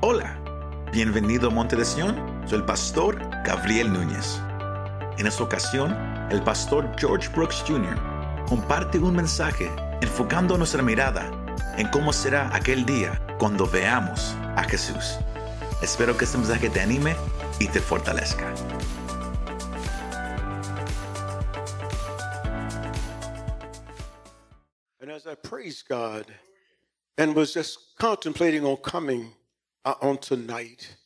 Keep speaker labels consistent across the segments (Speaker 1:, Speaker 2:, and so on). Speaker 1: Hola, bienvenido a Monte de Sion, soy el pastor Gabriel Núñez. En esta ocasión, el pastor George Brooks Jr. comparte un mensaje enfocando nuestra mirada en cómo será aquel día cuando veamos a Jesús. Espero que este mensaje te anime y te fortalezca.
Speaker 2: And as I praised God and was just contemplating on coming uh, on tonight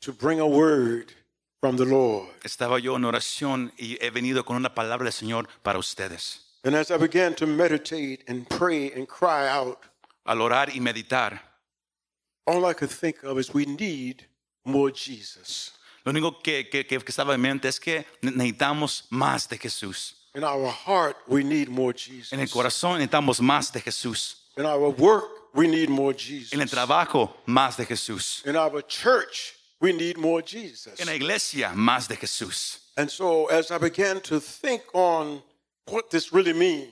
Speaker 2: to bring a word from the Lord.
Speaker 3: Estaba yo en oración y he venido con una palabra del Señor para ustedes.
Speaker 2: And as I began to meditate and pray and cry out,
Speaker 3: Al orar y meditar,
Speaker 2: all I could think of is we need more Jesus
Speaker 3: lo único que, que- que- que estaba en mente es que ne- necesitamos más de Jesús.
Speaker 2: in our heart. We need more Jesus
Speaker 3: En el corazón necesitamos más de Jesús.
Speaker 2: in our work. We need more Jesus
Speaker 3: En el trabajo, más de Jesús.
Speaker 2: in our church. We need more Jesus.
Speaker 3: En la iglesia, más de Jesús.
Speaker 2: And so, as I began to think on what this really means.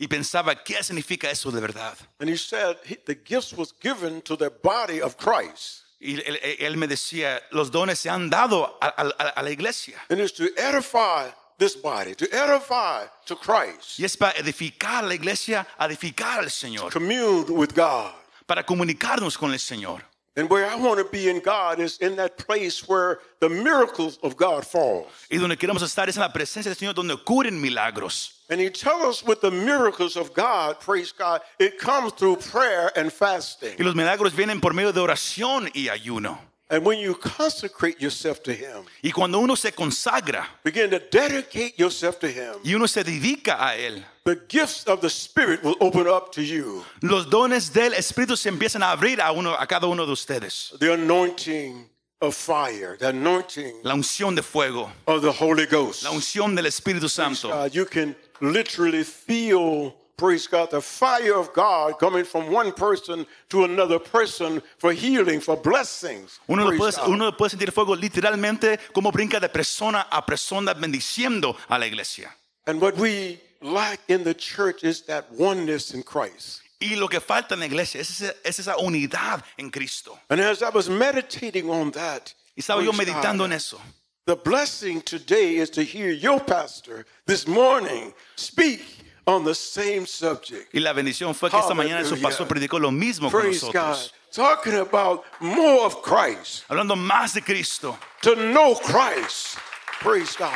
Speaker 3: Y pensaba, ¿qué significa eso de verdad?
Speaker 2: And he said he- the gifts was given to the body of Christ.
Speaker 3: Y él, él- él me decía, los dones se han dado a, a- a la iglesia.
Speaker 2: And it's to edify this body, to edify to Christ,
Speaker 3: Y es para edificar la iglesia, edificar al Señor,
Speaker 2: commune with God.
Speaker 3: para comunicarnos con el Señor.
Speaker 2: And where I want to be in God is in that place where the miracles of God fall.
Speaker 3: Y donde queremos estar es en la presencia del Señor, donde ocurren milagros.
Speaker 2: And he tells us with the miracles of God, praise God, it comes through prayer and
Speaker 3: Y
Speaker 2: fasting.
Speaker 3: los milagros vienen por medio de oración y ayuno.
Speaker 2: And when you consecrate yourself to him,
Speaker 3: Y cuando uno se consagra
Speaker 2: begin to dedicate yourself to him,
Speaker 3: y uno se dedica a Él,
Speaker 2: the gifts of the Spirit will open up to you.
Speaker 3: los dones del Espíritu se empiezan a abrir a, uno, a cada uno de ustedes.
Speaker 2: the anointing of fire, the anointing
Speaker 3: La unción de fuego,
Speaker 2: of the Holy Ghost.
Speaker 3: la unción del Espíritu Santo.
Speaker 2: Uh, you can literally feel, praise God, the fire of God coming from one person to another person for healing, for blessings.
Speaker 3: Uno lo,
Speaker 2: Praise
Speaker 3: puede,
Speaker 2: God.
Speaker 3: uno lo puede sentir fuego literalmente como brinca de persona a persona bendiciendo a la iglesia.
Speaker 2: And what we lack in the church is that oneness in Christ.
Speaker 3: Y lo que falta en la iglesia es, ese- es esa unidad en Cristo.
Speaker 2: And as I was meditating on that,
Speaker 3: Y estaba yo
Speaker 2: praise God,
Speaker 3: meditando en eso.
Speaker 2: The blessing today is to hear your pastor this morning speak on the same subject.
Speaker 3: Y la bendición fue que esta mañana su
Speaker 2: Hallelujah.
Speaker 3: pastor predicó lo mismo con
Speaker 2: Praise God.
Speaker 3: nosotros.
Speaker 2: Talking about more of Christ,
Speaker 3: Hablando más de Cristo.
Speaker 2: to know Christ. Praise God.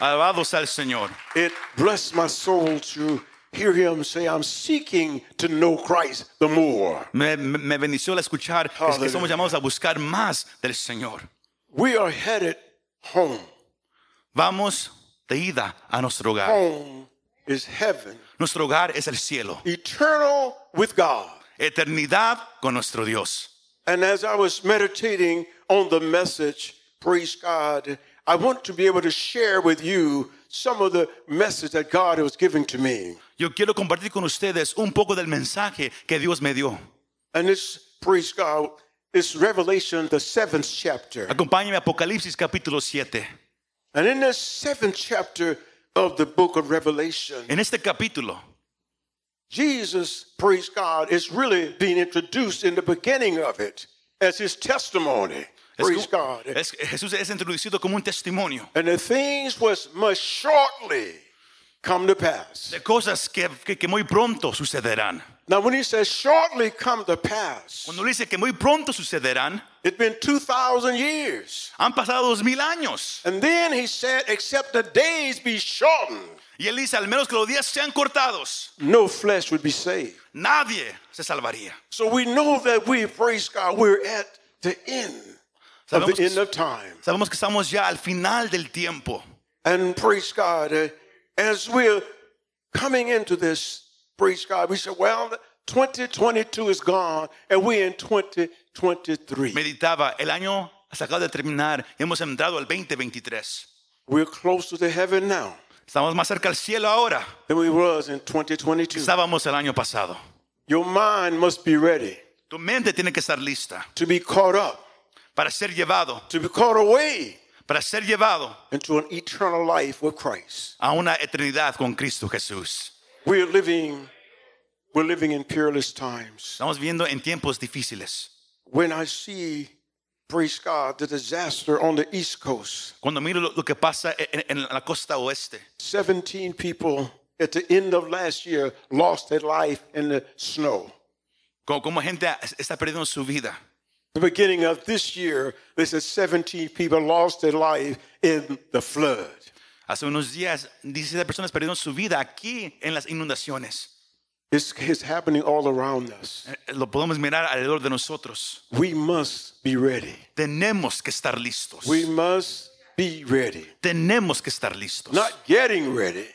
Speaker 3: Alabados al Señor.
Speaker 2: It blessed my soul to hear him say, I'm seeking to know Christ the more.
Speaker 3: Me, me- me bendició al escuchar es que
Speaker 2: Hallelujah.
Speaker 3: somos llamados a buscar más del Señor.
Speaker 2: We are headed home.
Speaker 3: Vamos de ida a nuestro hogar.
Speaker 2: Home is heaven,
Speaker 3: Nuestro hogar es el cielo.
Speaker 2: eternal with God.
Speaker 3: Eternidad con nuestro Dios.
Speaker 2: And as I was meditating on the message, praise God, I want to be able to share with you some of the message that God was giving to me.
Speaker 3: Yo quiero compartir con ustedes un poco del mensaje que Dios me dio.
Speaker 2: And this, praise God, is Revelation, the seventh chapter.
Speaker 3: Acompáñame a Apocalipsis capítulo 7.
Speaker 2: And in this seventh chapter of the book of Revelation,
Speaker 3: En este capítulo,
Speaker 2: Jesus, praise God, is really being introduced in the beginning of it as his testimony.
Speaker 3: es
Speaker 2: Praise
Speaker 3: como-
Speaker 2: God.
Speaker 3: es- Jesús es introducido como un testimonio.
Speaker 2: And the things was must shortly come to pass.
Speaker 3: de cosas que, que- que muy pronto sucederán.
Speaker 2: Now, when he says shortly come to pass,
Speaker 3: Cuando dice que muy pronto sucederán,
Speaker 2: it's been 2,000 years.
Speaker 3: han pasado dos mil años.
Speaker 2: And then he said, except the days be shortened,
Speaker 3: Y él dice, al menos que los días sean cortados,
Speaker 2: no flesh would be saved.
Speaker 3: nadie se salvaría.
Speaker 2: So we know that we, praise God, we're at the end of
Speaker 3: Sabemos
Speaker 2: the
Speaker 3: que,
Speaker 2: end of time.
Speaker 3: sabemos que estamos ya al final del tiempo.
Speaker 2: And praise God, uh, as we're coming into this, praise God, we said, well, 2022 is gone and we're in 2023.
Speaker 3: Meditaba, el año se acaba de terminar y hemos entrado al 2023.
Speaker 2: We're closer to heaven now
Speaker 3: Estamos más cerca al cielo ahora
Speaker 2: than we was in
Speaker 3: que
Speaker 2: 2022.
Speaker 3: estábamos el año pasado.
Speaker 2: Your mind must be ready
Speaker 3: Tu mente tiene que estar lista
Speaker 2: to be caught up,
Speaker 3: para ser llevado,
Speaker 2: to be caught away
Speaker 3: para ser llevado
Speaker 2: into an eternal life with Christ.
Speaker 3: a una eternidad con Cristo Jesús.
Speaker 2: We're living, we're living in peerless times.
Speaker 3: Estamos viviendo en tiempos difíciles.
Speaker 2: when I see, praise God, the disaster on the East Coast.
Speaker 3: Cuando miro lo, lo que pasa en, en la costa oeste,
Speaker 2: 17 people at the end of last year lost their life in the snow.
Speaker 3: como, como gente está perdiendo su vida.
Speaker 2: The beginning of this year, they said 17 people lost their life in the flood.
Speaker 3: Hace unos días, 17 personas perdieron su vida aquí en las inundaciones.
Speaker 2: It's, it's happening all around us.
Speaker 3: Eh, Lo podemos mirar alrededor de nosotros.
Speaker 2: We must be ready.
Speaker 3: Tenemos que estar listos.
Speaker 2: We must be ready.
Speaker 3: Tenemos que estar listos.
Speaker 2: Not getting ready.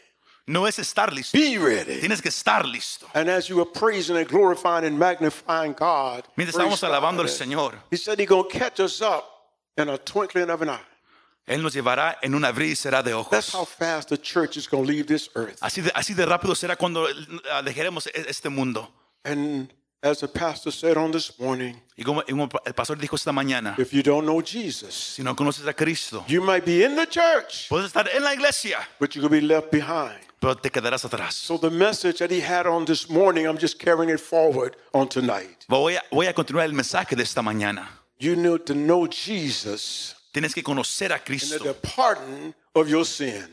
Speaker 3: No es estar listo.
Speaker 2: Be ready.
Speaker 3: Tienes que estar listo.
Speaker 2: And as you are praising and glorifying and magnifying God,
Speaker 3: Mientras
Speaker 2: praise
Speaker 3: estamos alabando al
Speaker 2: God.
Speaker 3: Señor,
Speaker 2: He said He's gonna catch us up in a twinkling of an eye.
Speaker 3: Él nos llevará en un abrir y será de
Speaker 2: That's
Speaker 3: ojos.
Speaker 2: how fast the church is gonna leave this earth.
Speaker 3: Así de, así de rápido será cuando ah, dejaremos e- este mundo.
Speaker 2: And as the pastor said on this morning,
Speaker 3: Y como, y como el pastor dijo esta mañana,
Speaker 2: if you don't know Jesus,
Speaker 3: si no conoces a Cristo,
Speaker 2: you might be in the church,
Speaker 3: puedes estar en la iglesia,
Speaker 2: but you could be left behind.
Speaker 3: pero te quedarás atrás.
Speaker 2: So the message that he had on this morning, I'm just carrying it forward on tonight.
Speaker 3: Voy a, voy a continuar el mensaje de esta mañana.
Speaker 2: You need to know Jesus
Speaker 3: Tienes que conocer a
Speaker 2: and
Speaker 3: Cristo,
Speaker 2: the pardon of your sin.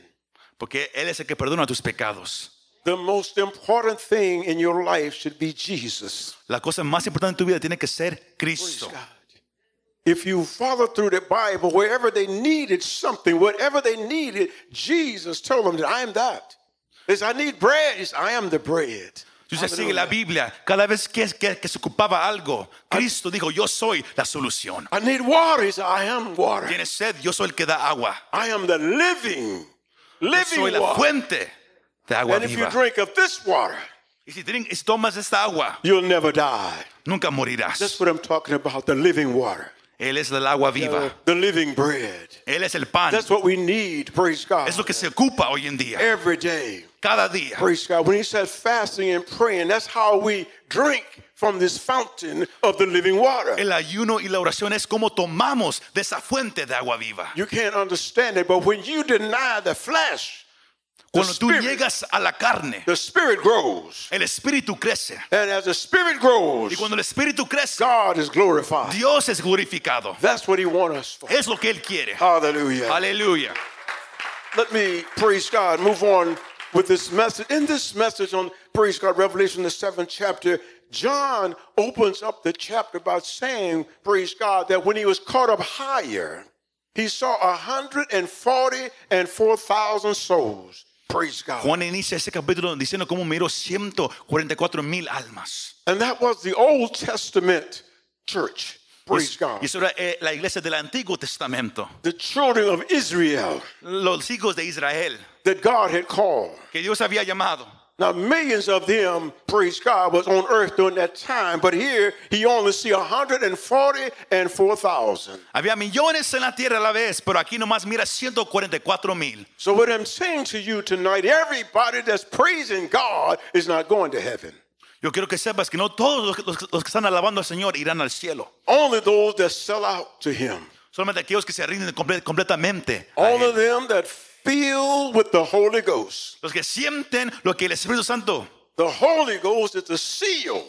Speaker 3: porque Él es el que perdona tus pecados.
Speaker 2: The most important thing in your life should be Jesus.
Speaker 3: La cosa más importante en tu vida tiene que ser
Speaker 2: Praise
Speaker 3: Cristo.
Speaker 2: God. If you follow through the Bible, wherever they needed something, whatever they needed, Jesus told them that I am that. He said, I need bread. He said, I am the bread.
Speaker 3: Si usted sigue la Biblia, cada vez que, que- que se ocupaba algo, Cristo dijo, yo soy la solución.
Speaker 2: I need water. He said, I am water.
Speaker 3: Tienes sed, yo soy el que da agua.
Speaker 2: I am the living,
Speaker 3: Yo soy
Speaker 2: living
Speaker 3: la
Speaker 2: water.
Speaker 3: fuente de agua
Speaker 2: And if you
Speaker 3: viva.
Speaker 2: drink of this water,
Speaker 3: Y si, drink- y si tomas esta agua,
Speaker 2: you'll never die.
Speaker 3: nunca
Speaker 2: That's
Speaker 3: morirás.
Speaker 2: what I'm talking about the living water,
Speaker 3: Él es el agua viva.
Speaker 2: the living bread.
Speaker 3: Él es el pan.
Speaker 2: That's what we need, praise God,
Speaker 3: Es lo que se ocupa hoy en día,
Speaker 2: every day.
Speaker 3: cada día.
Speaker 2: Praise God. When he said fasting and praying, that's how we drink from this fountain of the living water.
Speaker 3: El ayuno y la oración es como tomamos de esa fuente de agua viva.
Speaker 2: You can't understand it, but when you deny the flesh,
Speaker 3: Cuando tú
Speaker 2: spirit.
Speaker 3: llegas a la carne,
Speaker 2: the spirit grows.
Speaker 3: el espíritu crece.
Speaker 2: And as the spirit
Speaker 3: Y
Speaker 2: grows,
Speaker 3: cuando el espíritu crece,
Speaker 2: God is glorified.
Speaker 3: Dios es glorificado.
Speaker 2: That's what he wants us for.
Speaker 3: Es lo que Él quiere.
Speaker 2: Hallelujah.
Speaker 3: Aleluya.
Speaker 2: Let me, praise God, move on with this message. In this message on, praise God, Revelation, the seventh chapter, John opens up the chapter by saying, praise God, that when he was caught up higher, he saw a 140 and 4,000 souls. Praise God.
Speaker 3: Juan inicia ese capítulo diciendo cómo miró 144 mil almas.
Speaker 2: And that was the Old Testament church. Praise
Speaker 3: Y
Speaker 2: God.
Speaker 3: eso era eh, la iglesia del Antiguo Testamento.
Speaker 2: The children of Israel
Speaker 3: Los hijos de Israel
Speaker 2: that God had called.
Speaker 3: que Dios había llamado.
Speaker 2: Now, millions of them, praise God, was on earth during that time, but here he only see 140 and 4,000.
Speaker 3: Había millones en la tierra a la vez, pero aquí nomás mira 144 mil.
Speaker 2: So, what I'm saying to you tonight, everybody that's praising God is not going to heaven.
Speaker 3: Yo quiero que sepas que no todos los que, los- los que están alabando al Señor irán al cielo.
Speaker 2: Only those that sell out to him,
Speaker 3: Solamente aquellos que se rinden comple- completamente. a
Speaker 2: only
Speaker 3: Él.
Speaker 2: them that filled with the Holy Ghost.
Speaker 3: Los que sienten lo que el Espíritu Santo,
Speaker 2: The Holy Ghost is the seal,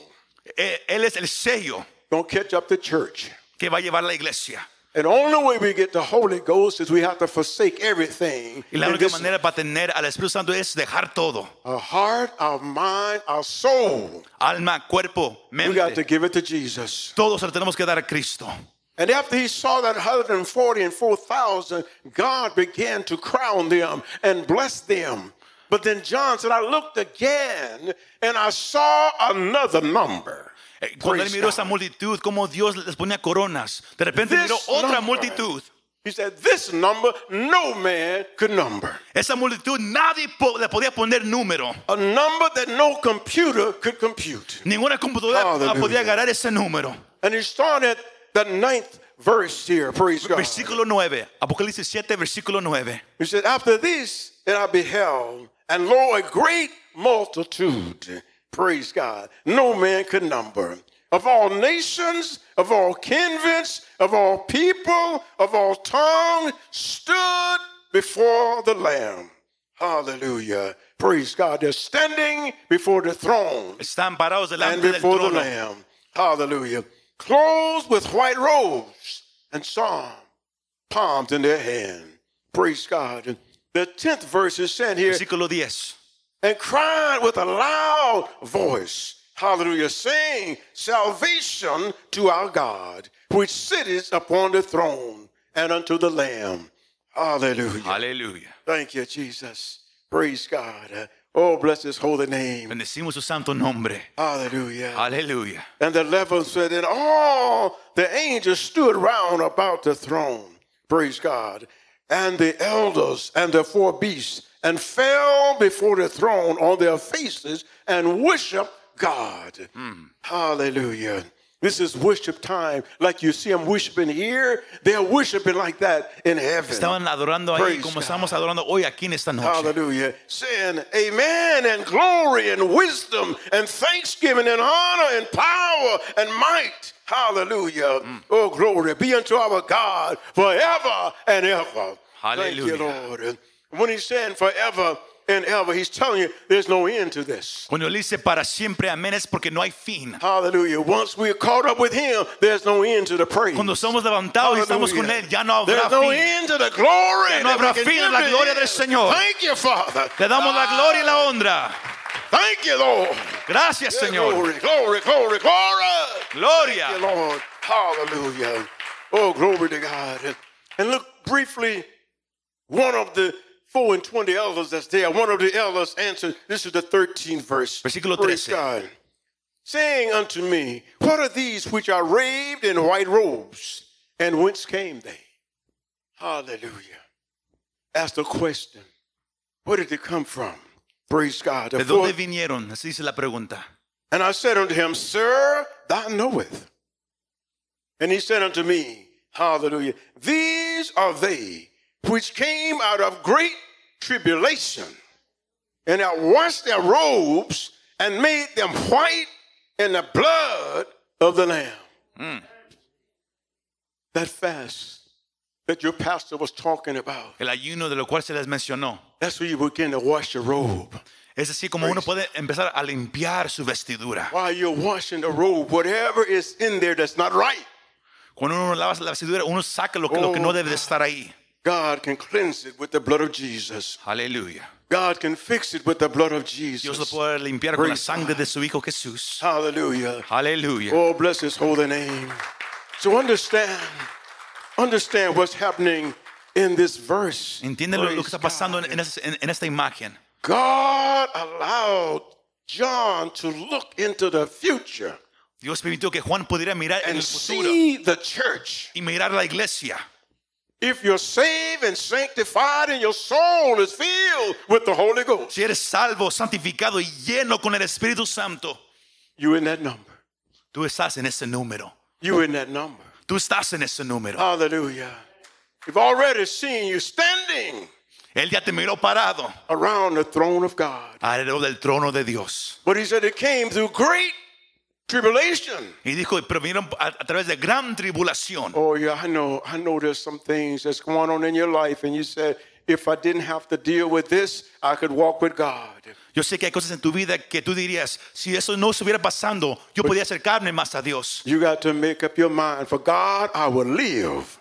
Speaker 3: eh, Él es el sello
Speaker 2: gonna catch up the church.
Speaker 3: que va a llevar la iglesia.
Speaker 2: And only way we get the Holy Ghost is we have to forsake everything.
Speaker 3: Y la
Speaker 2: in
Speaker 3: única
Speaker 2: this-
Speaker 3: manera para tener al Espíritu Santo es dejar todo.
Speaker 2: our heart, our mind, our soul.
Speaker 3: Alma, cuerpo,
Speaker 2: We got to
Speaker 3: mente.
Speaker 2: give it to Jesus.
Speaker 3: Todos se lo tenemos que dar a Cristo.
Speaker 2: And after he saw that 140 and 4,000, God began to crown them and bless them. But then John said, I looked again and I saw another number.
Speaker 3: Eh, Cuando él
Speaker 2: Praise
Speaker 3: miró
Speaker 2: God.
Speaker 3: esa multitud, como Dios les ponía coronas. De repente
Speaker 2: This
Speaker 3: miró otra
Speaker 2: number.
Speaker 3: multitud.
Speaker 2: He said, This number no man could number.
Speaker 3: Esa multitud nadie po- le podía poner número.
Speaker 2: A number that no computer could compute.
Speaker 3: Ninguna computadora
Speaker 2: Hallelujah.
Speaker 3: podía agarrar ese número.
Speaker 2: And he started the ninth verse here. Praise God.
Speaker 3: Versículo 9, Apocalipsis 7, versículo 9.
Speaker 2: He said, After this, that I beheld, and lo, a great multitude, praise God, no man could number, of all nations, of all kindreds, of all people, of all tongue, stood before the Lamb. Hallelujah. Praise God. They're standing before the throne
Speaker 3: Están parados
Speaker 2: and
Speaker 3: delante del
Speaker 2: before the
Speaker 3: trono
Speaker 2: Lamb. Hallelujah. clothed with white robes and psalm, palms in their hand. Praise God. And the 10th verse is said here,
Speaker 3: Versículo 10.
Speaker 2: and cried with a loud voice, hallelujah, saying, salvation to our God, which sitteth upon the throne and unto the Lamb. Hallelujah.
Speaker 3: Aleluya.
Speaker 2: Thank you, Jesus. Praise God. Uh, Oh, bless his holy name.
Speaker 3: Bendecimos su santo nombre.
Speaker 2: Hallelujah.
Speaker 3: Aleluya.
Speaker 2: And the eleven said, and all the angels stood round about the throne. Praise God. And the elders and the four beasts and fell before the throne on their faces and worship God. Hallelujah. This is worship time. Like you see them worshiping here, they're worshiping like that in heaven.
Speaker 3: Estaban adorando ahí
Speaker 2: Praise
Speaker 3: como
Speaker 2: God.
Speaker 3: estamos adorando hoy aquí en esta noche.
Speaker 2: Hallelujah. Saying amen and glory and wisdom and thanksgiving and honor and power and might. Hallelujah.
Speaker 3: Mm.
Speaker 2: Oh, glory be unto our God forever and ever. Thank you,
Speaker 3: Hallelujah.
Speaker 2: Lord. When he's saying forever and ever, he's telling you there's no end to this.
Speaker 3: Cuando él dice para siempre amén es porque no hay fin.
Speaker 2: Hallelujah. Once we're caught up with him, there's no end to the praise.
Speaker 3: Cuando somos levantados y estamos con
Speaker 2: Hallelujah.
Speaker 3: él, ya no habrá
Speaker 2: There's no
Speaker 3: fin.
Speaker 2: end to the glory.
Speaker 3: Ya no
Speaker 2: that we
Speaker 3: habrá
Speaker 2: can
Speaker 3: fin a
Speaker 2: give
Speaker 3: la
Speaker 2: to
Speaker 3: gloria
Speaker 2: him.
Speaker 3: del Señor.
Speaker 2: Thank you, Father.
Speaker 3: Le damos la gloria y la honra.
Speaker 2: Thank you, Lord.
Speaker 3: Gracias,
Speaker 2: Yeah,
Speaker 3: Señor.
Speaker 2: Glory, glory, glory, glory.
Speaker 3: Gloria.
Speaker 2: Thank you, Lord. Hallelujah. Oh, glory to God. And look briefly, one of the four and twenty elders that's there, one of the elders answered, this is the 13th verse.
Speaker 3: Versículo
Speaker 2: Praise
Speaker 3: 13.
Speaker 2: God. Saying unto me, What are these which are raved in white robes, and whence came they? Hallelujah. Ask the question, Where did they come from? Praise God. The
Speaker 3: ¿De
Speaker 2: fourth-
Speaker 3: dónde vinieron? Así dice la pregunta.
Speaker 2: and I said unto him, Sir, thou knowest. And he said unto me, Hallelujah, these are they which came out of great tribulation, and that washed their robes and made them white in the blood of the Lamb. That fast that your pastor was talking about,
Speaker 3: El ayuno de lo cual se les mencionó.
Speaker 2: that's where you begin to wash your robe.
Speaker 3: Es así como uno puede empezar a limpiar su vestidura.
Speaker 2: While you're washing the robe, whatever is in there that's not right,
Speaker 3: Cuando uno lava la vestidura, uno saca lo que, lo que
Speaker 2: Oh.
Speaker 3: no debe de estar ahí.
Speaker 2: God can cleanse it with the blood of Jesus.
Speaker 3: Aleluya.
Speaker 2: God can fix it with the blood of
Speaker 3: Dios lo
Speaker 2: Jesus.
Speaker 3: puede limpiar con la
Speaker 2: Praise
Speaker 3: sangre de su Hijo Jesús.
Speaker 2: Hallelujah.
Speaker 3: Aleluya.
Speaker 2: Oh, bless his holy name. So understand, understand what's happening in this verse.
Speaker 3: Entiende lo, lo que
Speaker 2: Praise
Speaker 3: está pasando en,
Speaker 2: God.
Speaker 3: en es- en- en esta imagen.
Speaker 2: God allowed John to look into the future
Speaker 3: Dios permitió que Juan pudiera mirar en
Speaker 2: and
Speaker 3: el futuro
Speaker 2: see the church.
Speaker 3: y mirar la iglesia.
Speaker 2: If you're saved and sanctified and your soul is filled with the Holy Ghost,
Speaker 3: Si eres salvo, santificado y lleno con el Espíritu Santo,
Speaker 2: you're in that number.
Speaker 3: tú estás en ese número.
Speaker 2: You're in that number.
Speaker 3: Tú estás en ese número.
Speaker 2: Hallelujah. We've already seen you standing
Speaker 3: Él ya te miró parado
Speaker 2: around the throne of God.
Speaker 3: alrededor del trono de Dios.
Speaker 2: But he said it came through great tribulation.
Speaker 3: Y dijo, pero vinieron a, a través de gran tribulación.
Speaker 2: Oh, yeah, I know. I know there's some things that's going on in your life. And you said, if I didn't have to deal with this, I could walk with God.
Speaker 3: Yo sé que hay cosas en tu vida que tú dirías, si eso no estuviera pasando, yo podría acercarme más a Dios.
Speaker 2: You got to make up your mind for God, I will live,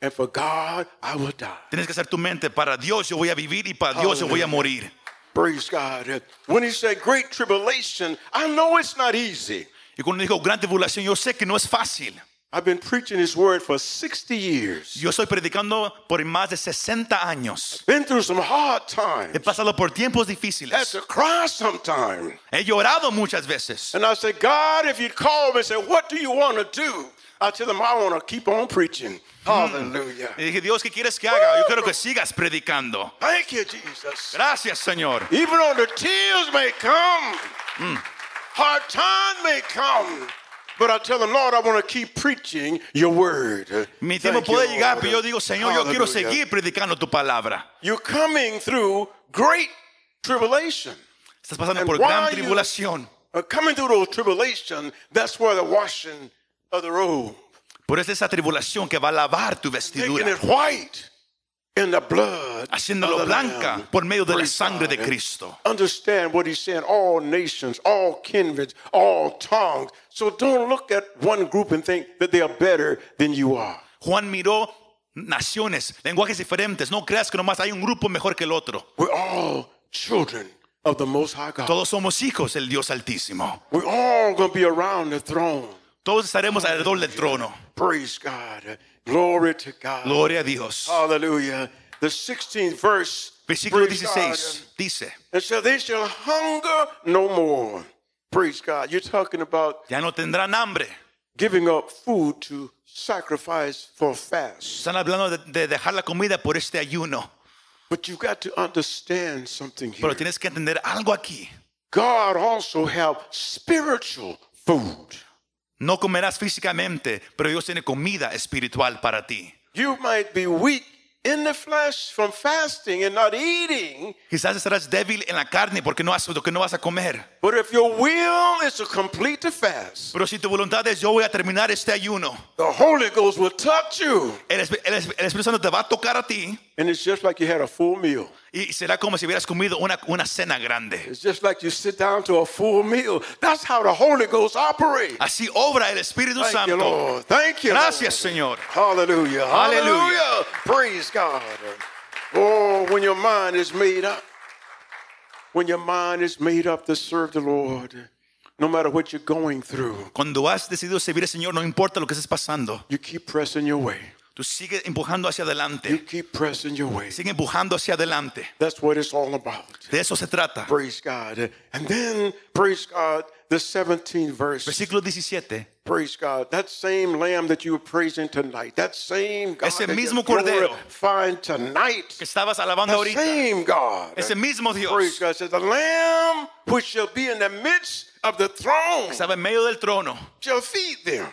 Speaker 2: and for God, I will die.
Speaker 3: Tienes que hacer tu mente, para Dios yo voy a vivir y para Dios yo voy a morir.
Speaker 2: Praise God. When he said great tribulation, I know it's not easy.
Speaker 3: Y cuando dijo gran tribulación, yo sé que no es fácil.
Speaker 2: I've been preaching his word for 60 years.
Speaker 3: Yo estoy predicando por más de 60 años.
Speaker 2: Been through some hard times.
Speaker 3: He pasado por tiempos
Speaker 2: Had
Speaker 3: difíciles.
Speaker 2: to cry sometime.
Speaker 3: He llorado muchas veces.
Speaker 2: And I said, God, if you'd call me and say, What do you want to do? I tell them, I want to keep on preaching.
Speaker 3: Hmm.
Speaker 2: Hallelujah.
Speaker 3: Y dije, Dios, ¿qué quieres que haga? Yo quiero que sigas predicando.
Speaker 2: Thank you, Jesus.
Speaker 3: Gracias, Señor.
Speaker 2: Even though the tears may come,
Speaker 3: Hmm.
Speaker 2: hard time may come. But I tell them, Lord, I want to keep preaching your word.
Speaker 3: Mi
Speaker 2: Thank
Speaker 3: tiempo
Speaker 2: you,
Speaker 3: puede llegar,
Speaker 2: Lord.
Speaker 3: pero yo digo, Señor, yo quiero
Speaker 2: Hallelujah.
Speaker 3: seguir predicando tu palabra.
Speaker 2: You're coming through great tribulation.
Speaker 3: Estás pasando
Speaker 2: And
Speaker 3: por
Speaker 2: why
Speaker 3: gran
Speaker 2: you-
Speaker 3: tribulación.
Speaker 2: Uh, coming through those tribulation, that's where the washing of the robe,
Speaker 3: Por eso esa tribulación que va a lavar tu
Speaker 2: making
Speaker 3: vestidura.
Speaker 2: it white. in the blood. of
Speaker 3: haciéndolo
Speaker 2: the
Speaker 3: blanca
Speaker 2: Lamb.
Speaker 3: por medio de la
Speaker 2: Praise
Speaker 3: sangre de
Speaker 2: God.
Speaker 3: Cristo.
Speaker 2: Understand what he's saying all nations, all kindreds, all tongues. So don't look at one group and think that they are better than you are.
Speaker 3: Juan miró naciones, lenguajes diferentes. No creas que nomás hay un grupo mejor que el otro.
Speaker 2: We're all children of the Most High God.
Speaker 3: Todos somos hijos del Dios Altísimo.
Speaker 2: We're all going to be around the throne.
Speaker 3: Todos estaremos alrededor del trono.
Speaker 2: Praise God. Glory to God.
Speaker 3: Gloria a Dios.
Speaker 2: Oh, Hallelujah. The 16th verse.
Speaker 3: Versículo
Speaker 2: praise
Speaker 3: 16 dice,
Speaker 2: God, And so they shall hunger no more. Praise God. You're talking about
Speaker 3: ya no tendrán hambre.
Speaker 2: giving up food to sacrifice for fast.
Speaker 3: Están hablando de, de dejar la comida por este ayuno.
Speaker 2: But you've got to understand something here.
Speaker 3: Pero tienes que entender algo aquí.
Speaker 2: God also have spiritual food.
Speaker 3: No comerás físicamente, pero Dios tiene comida espiritual para ti.
Speaker 2: You might be weak in the flesh from fasting and not eating,
Speaker 3: Quizás estarás débil en la carne porque no haces lo que no vas a comer.
Speaker 2: but if your will is to complete the fast,
Speaker 3: Pero si tu voluntad es yo voy a terminar este ayuno,
Speaker 2: the Holy Ghost will touch you.
Speaker 3: el, Esp- el Esp- el Espíritu Santo te va a tocar a ti
Speaker 2: And it's just like you had a full meal.
Speaker 3: y será como si hubieras comido una, una cena grande.
Speaker 2: It's just like you sit down to a full meal. That's how the Holy Ghost operates.
Speaker 3: Así obra el Espíritu
Speaker 2: Thank you,
Speaker 3: Santo.
Speaker 2: Lord. Thank you.
Speaker 3: Gracias,
Speaker 2: Lord.
Speaker 3: Señor.
Speaker 2: Hallelujah.
Speaker 3: Hallelujah.
Speaker 2: Hallelujah. Praise God. Oh, when your mind is made up, when your mind is made up to serve the Lord, no matter what you're going through,
Speaker 3: Cuando has decidido servir al Señor, no importa lo que estés pasando,
Speaker 2: you keep pressing your way.
Speaker 3: tú sigues empujando hacia
Speaker 2: You
Speaker 3: adelante.
Speaker 2: keep pressing your way.
Speaker 3: Sigue empujando hacia adelante.
Speaker 2: That's what it's all about.
Speaker 3: De eso se trata.
Speaker 2: Praise God. And then, praise God, the 17th verse.
Speaker 3: Versículo 17.
Speaker 2: Praise God. That same lamb that you were praising tonight, that same God
Speaker 3: Ese
Speaker 2: that you
Speaker 3: mismo cordero.
Speaker 2: glorifying tonight,
Speaker 3: Que estabas alabando
Speaker 2: the
Speaker 3: ahorita.
Speaker 2: same God.
Speaker 3: Ese mismo
Speaker 2: Praise
Speaker 3: Dios
Speaker 2: God. It Says the Lamb which shall be in the midst of the throne
Speaker 3: estaba en medio del trono.
Speaker 2: shall feed them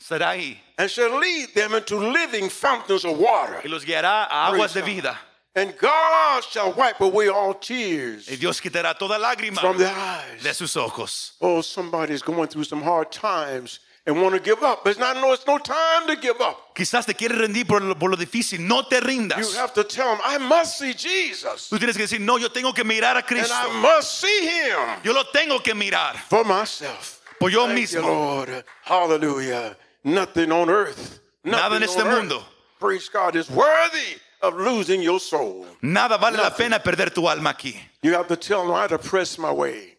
Speaker 3: Estará ahí
Speaker 2: and shall lead them into living fountains of water.
Speaker 3: y los guiará a aguas de vida.
Speaker 2: And God shall wipe away all tears
Speaker 3: Y Dios quitará toda lágrima
Speaker 2: from their eyes.
Speaker 3: de sus ojos.
Speaker 2: Oh, somebody's going through some hard times and want to give up. But it's not no, it's no time to give up.
Speaker 3: Quizás te quieres rendir por lo, por lo difícil. No te
Speaker 2: You
Speaker 3: rindas.
Speaker 2: have to tell them, I must see Jesus.
Speaker 3: Tú tienes que decir, no, yo tengo que mirar
Speaker 2: And
Speaker 3: a
Speaker 2: I
Speaker 3: Cristo.
Speaker 2: must see him
Speaker 3: Yo lo tengo que mirar
Speaker 2: for myself.
Speaker 3: por yo
Speaker 2: Thank you,
Speaker 3: mismo.
Speaker 2: Lord. Hallelujah. Nothing on earth.
Speaker 3: Nada en
Speaker 2: nothing
Speaker 3: este
Speaker 2: on earth,
Speaker 3: mundo.
Speaker 2: Praise God is worthy of losing your soul.
Speaker 3: Nada vale la pena perder tu alma aquí.
Speaker 2: You have to tell them how to press my way.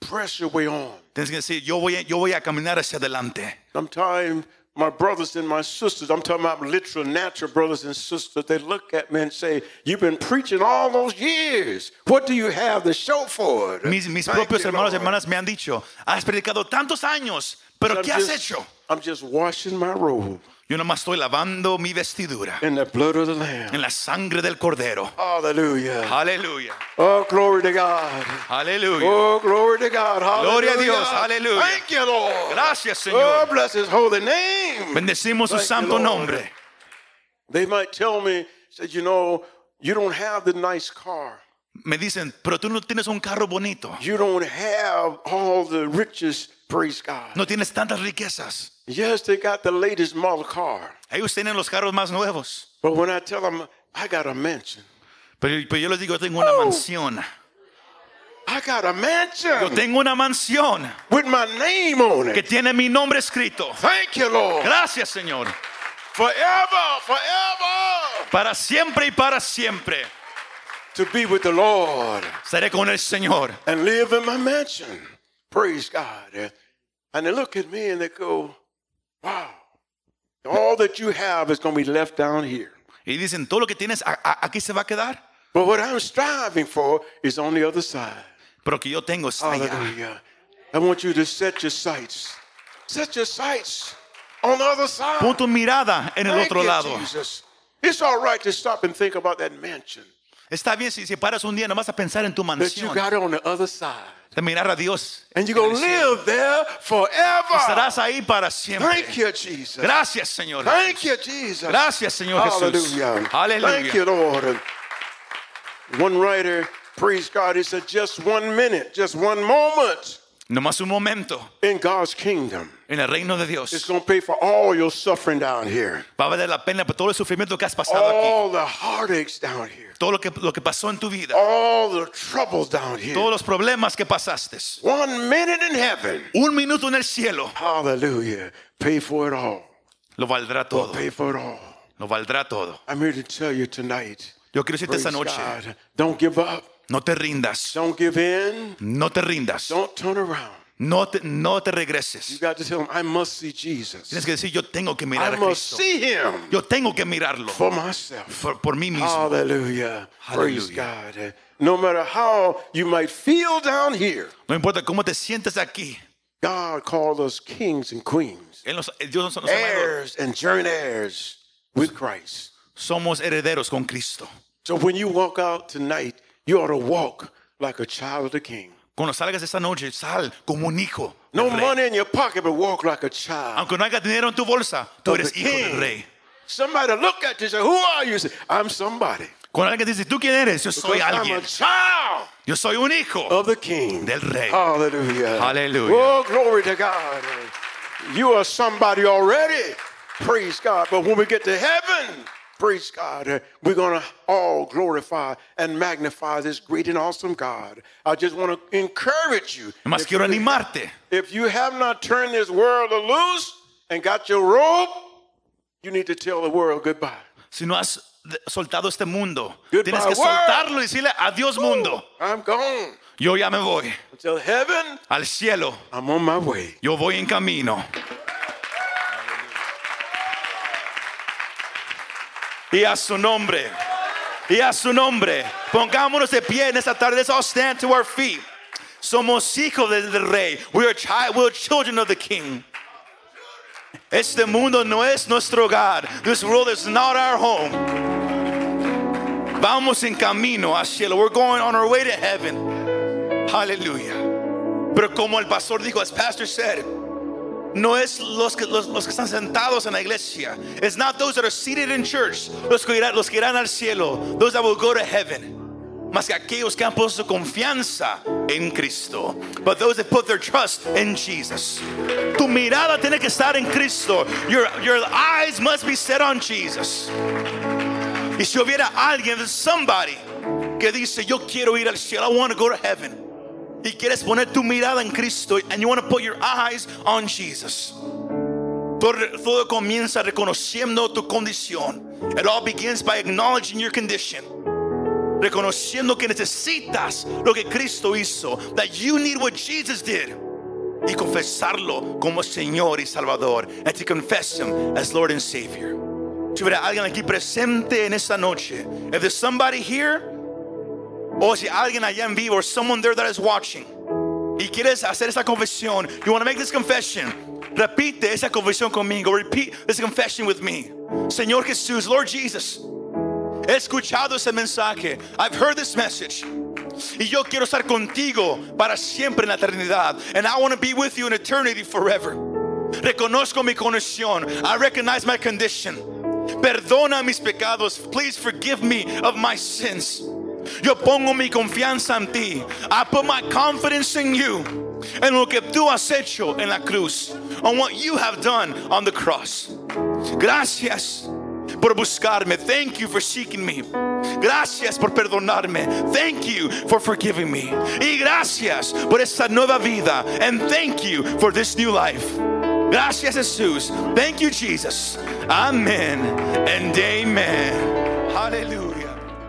Speaker 2: Press your way on.
Speaker 3: Tienes que decir, yo voy, a- yo voy a caminar hacia adelante.
Speaker 2: Sometimes my brothers and my sisters, I'm talking about literal natural brothers and sisters, they look at me and say, You've been preaching all those years. What do you have to show for it?
Speaker 3: Mis, mis
Speaker 2: Thank
Speaker 3: propios
Speaker 2: you,
Speaker 3: hermanos y
Speaker 2: Lord.
Speaker 3: hermanas me han dicho, has predicado tantos años, pero
Speaker 2: I'm
Speaker 3: ¿qué has
Speaker 2: just-
Speaker 3: hecho?
Speaker 2: I'm just washing my robe
Speaker 3: Yo nomás estoy lavando mi vestidura
Speaker 2: in the blood of the Lamb.
Speaker 3: en la sangre del Cordero.
Speaker 2: Hallelujah.
Speaker 3: Aleluya,
Speaker 2: Oh, glory to God.
Speaker 3: aleluya.
Speaker 2: Oh, glory to God. Hallelujah.
Speaker 3: Gloria a Dios. Hallelujah.
Speaker 2: Thank you, Lord.
Speaker 3: Gracias,
Speaker 2: Oh,
Speaker 3: Señor.
Speaker 2: bless his holy name.
Speaker 3: Bendecimos su
Speaker 2: Oh. Thank you,
Speaker 3: santo
Speaker 2: Lord.
Speaker 3: nombre.
Speaker 2: They might tell me, said, you know, you don't have the nice car.
Speaker 3: Me dicen, pero tú no tienes un carro bonito.
Speaker 2: You don't have all the riches. Praise God.
Speaker 3: No tienes tantas riquezas.
Speaker 2: Yes, they got the latest model car.
Speaker 3: Ellos tienen los carros más nuevos.
Speaker 2: But when I tell them I got a mansion,
Speaker 3: Pero, pero yo les digo, yo tengo una mansión.
Speaker 2: I got a
Speaker 3: Yo
Speaker 2: mansion
Speaker 3: tengo una mansión
Speaker 2: with my name on
Speaker 3: que
Speaker 2: it.
Speaker 3: tiene mi nombre escrito.
Speaker 2: Thank you, Lord.
Speaker 3: Gracias, Señor.
Speaker 2: Forever, forever
Speaker 3: Para siempre y para siempre
Speaker 2: to be with the Lord.
Speaker 3: estaré con el Señor.
Speaker 2: and live in my mansion. Praise God. And they look at me and they go, wow, all that you have is going to be left down here.
Speaker 3: Y dicen, todo lo que tienes a- a- aquí se va a quedar.
Speaker 2: But what I'm striving for is on the other side.
Speaker 3: Pero lo que yo tengo está allá.
Speaker 2: Hallelujah. I want you to set your sights. Set your sights on the other side.
Speaker 3: Pon tu mirada en el
Speaker 2: Thank
Speaker 3: otro
Speaker 2: you,
Speaker 3: lado.
Speaker 2: Jesus. It's all right to stop and think about that mansion
Speaker 3: Está bien si, si paras un día nomás a pensar en tu
Speaker 2: that you
Speaker 3: mansión.
Speaker 2: got on the other side.
Speaker 3: De mirar a Dios.
Speaker 2: And you're going to live there forever.
Speaker 3: Estarás ahí para siempre.
Speaker 2: Thank you, Jesus.
Speaker 3: Gracias, Señor.
Speaker 2: Thank you, Jesus.
Speaker 3: Gracias, Señor Jesús.
Speaker 2: Hallelujah. Thank you,
Speaker 3: Aleluya.
Speaker 2: Lord. One writer, praise God, he said, just one minute, just one moment
Speaker 3: Nomás un momento
Speaker 2: in God's kingdom.
Speaker 3: en el reino de
Speaker 2: It's
Speaker 3: Dios.
Speaker 2: going to pay for all your suffering down here,
Speaker 3: Va a valer la pena por todo el sufrimiento que has pasado aquí.
Speaker 2: all the heartaches down here,
Speaker 3: Todo lo que, lo que pasó en tu vida.
Speaker 2: all the troubles down
Speaker 3: Todos
Speaker 2: here.
Speaker 3: los problemas que pasaste.
Speaker 2: One minute in heaven,
Speaker 3: Un minuto en el cielo
Speaker 2: hallelujah, pay for it all.
Speaker 3: lo valdrá todo.
Speaker 2: Pay for it all.
Speaker 3: Lo valdrá todo.
Speaker 2: I'm here to tell you tonight.
Speaker 3: Yo quiero decirte
Speaker 2: Praise
Speaker 3: esta noche,
Speaker 2: God. Don't give up.
Speaker 3: no te rindas.
Speaker 2: Don't give in.
Speaker 3: No te rindas.
Speaker 2: Don't turn around.
Speaker 3: No te, no te
Speaker 2: You
Speaker 3: regreses.
Speaker 2: got to tell him, I must see Jesus.
Speaker 3: Tienes que decir, yo tengo que
Speaker 2: I
Speaker 3: mirar a
Speaker 2: must
Speaker 3: Cristo.
Speaker 2: see him
Speaker 3: Yo tengo que mirarlo
Speaker 2: for myself.
Speaker 3: por, por
Speaker 2: Ah.
Speaker 3: mí mismo.
Speaker 2: Hallelujah. Praise
Speaker 3: Hallelujah.
Speaker 2: God. No matter how you might feel down here,
Speaker 3: No importa cómo te sientes aquí.
Speaker 2: God called us kings and queens,
Speaker 3: Él nos- eh, Dios nos- nos ama,
Speaker 2: heirs and joint heirs with Christ.
Speaker 3: Somos herederos con Cristo.
Speaker 2: So when you walk out tonight, you ought to walk like a child of the king.
Speaker 3: Cuando salgas esta noche, sal como un hijo. del
Speaker 2: No
Speaker 3: rey.
Speaker 2: money in your pocket, but walk like a child.
Speaker 3: Aunque no hagas dinero en tu bolsa, tú
Speaker 2: Of the
Speaker 3: eres hijo del
Speaker 2: king.
Speaker 3: rey.
Speaker 2: Somebody look at you and say, Who are you? Say, I'm somebody.
Speaker 3: Cuando alguien dice, ¿tú quién eres? Yo soy
Speaker 2: Because Oh, I'm a
Speaker 3: alguien.
Speaker 2: child
Speaker 3: Yo soy un hijo.
Speaker 2: of the king.
Speaker 3: Del rey.
Speaker 2: Hallelujah.
Speaker 3: Hallelujah.
Speaker 2: Oh, glory to God. You are somebody already. Praise God. But when we get to heaven, praise God, uh, we're going to all glorify and magnify this great and awesome God. I just want to encourage you.
Speaker 3: Más
Speaker 2: If
Speaker 3: quiero
Speaker 2: you-
Speaker 3: animarte.
Speaker 2: If you have not turned this world loose and got your robe, you need to tell the world goodbye.
Speaker 3: Si no has de- soltado este mundo,
Speaker 2: Goodbye,
Speaker 3: tienes que
Speaker 2: world.
Speaker 3: soltarlo y decirle adiós mundo.
Speaker 2: I'm gone.
Speaker 3: Yo ya me voy
Speaker 2: Until heaven,
Speaker 3: al cielo.
Speaker 2: I'm on my way.
Speaker 3: Yo voy en camino. Y a su nombre. Y a su nombre. Pongámonos de pie en esta tarde. Let's all stand to our feet. Somos hijos del rey. We are, child, we are children of the king. Este mundo no es nuestro hogar. This world is not our home. Vamos en camino al cielo. We're going on our way to heaven. Hallelujah. Pero como el pastor dijo, as pastor said, no es los que, los, los que están sentados en la iglesia. It's not those that are seated in church. Los que irán, los que irán al cielo. Those that will go to heaven. Más que aquellos que han puesto su confianza en Cristo. But those that put their trust in Jesus. Tu mirada tiene que estar en Cristo. Your, your eyes must be set on Jesus. Y si hubiera alguien, somebody, que dice, yo quiero ir al cielo, I want to go to heaven. Y quieres poner tu mirada en Cristo, and you want to put your eyes on Jesus. Todo, todo comienza reconociendo tu condición. It all begins by acknowledging your condition. Reconociendo que necesitas lo que Cristo hizo. That you need what Jesus did. Y confesarlo como Señor y Salvador. And to confess Him as Lord and Savior. Si hubiera alguien aquí presente en esta noche, if there's somebody here, o si alguien allá en vivo, or someone there that is watching, y quieres hacer esta confesión, you want to make this confession, repite esa confesión conmigo, repeat this confession with me. Señor Jesús, Lord Jesus, he escuchado ese mensaje, I've heard this message. Y yo quiero estar contigo para siempre en la eternidad. And I want to be with you in eternity forever. Reconozco mi condición. I recognize my condition. Perdona mis pecados. Please forgive me of my sins. Yo pongo mi confianza en ti. I put my confidence in you. En lo que tú has hecho en la cruz. On what you have done on the cross. Gracias por buscarme. Thank you for seeking me. Gracias por perdonarme. Thank you for forgiving me. Y gracias por esta nueva vida. And thank you for this new life. Gracias Jesús. Thank you Jesus. Amen and amen. Hallelujah.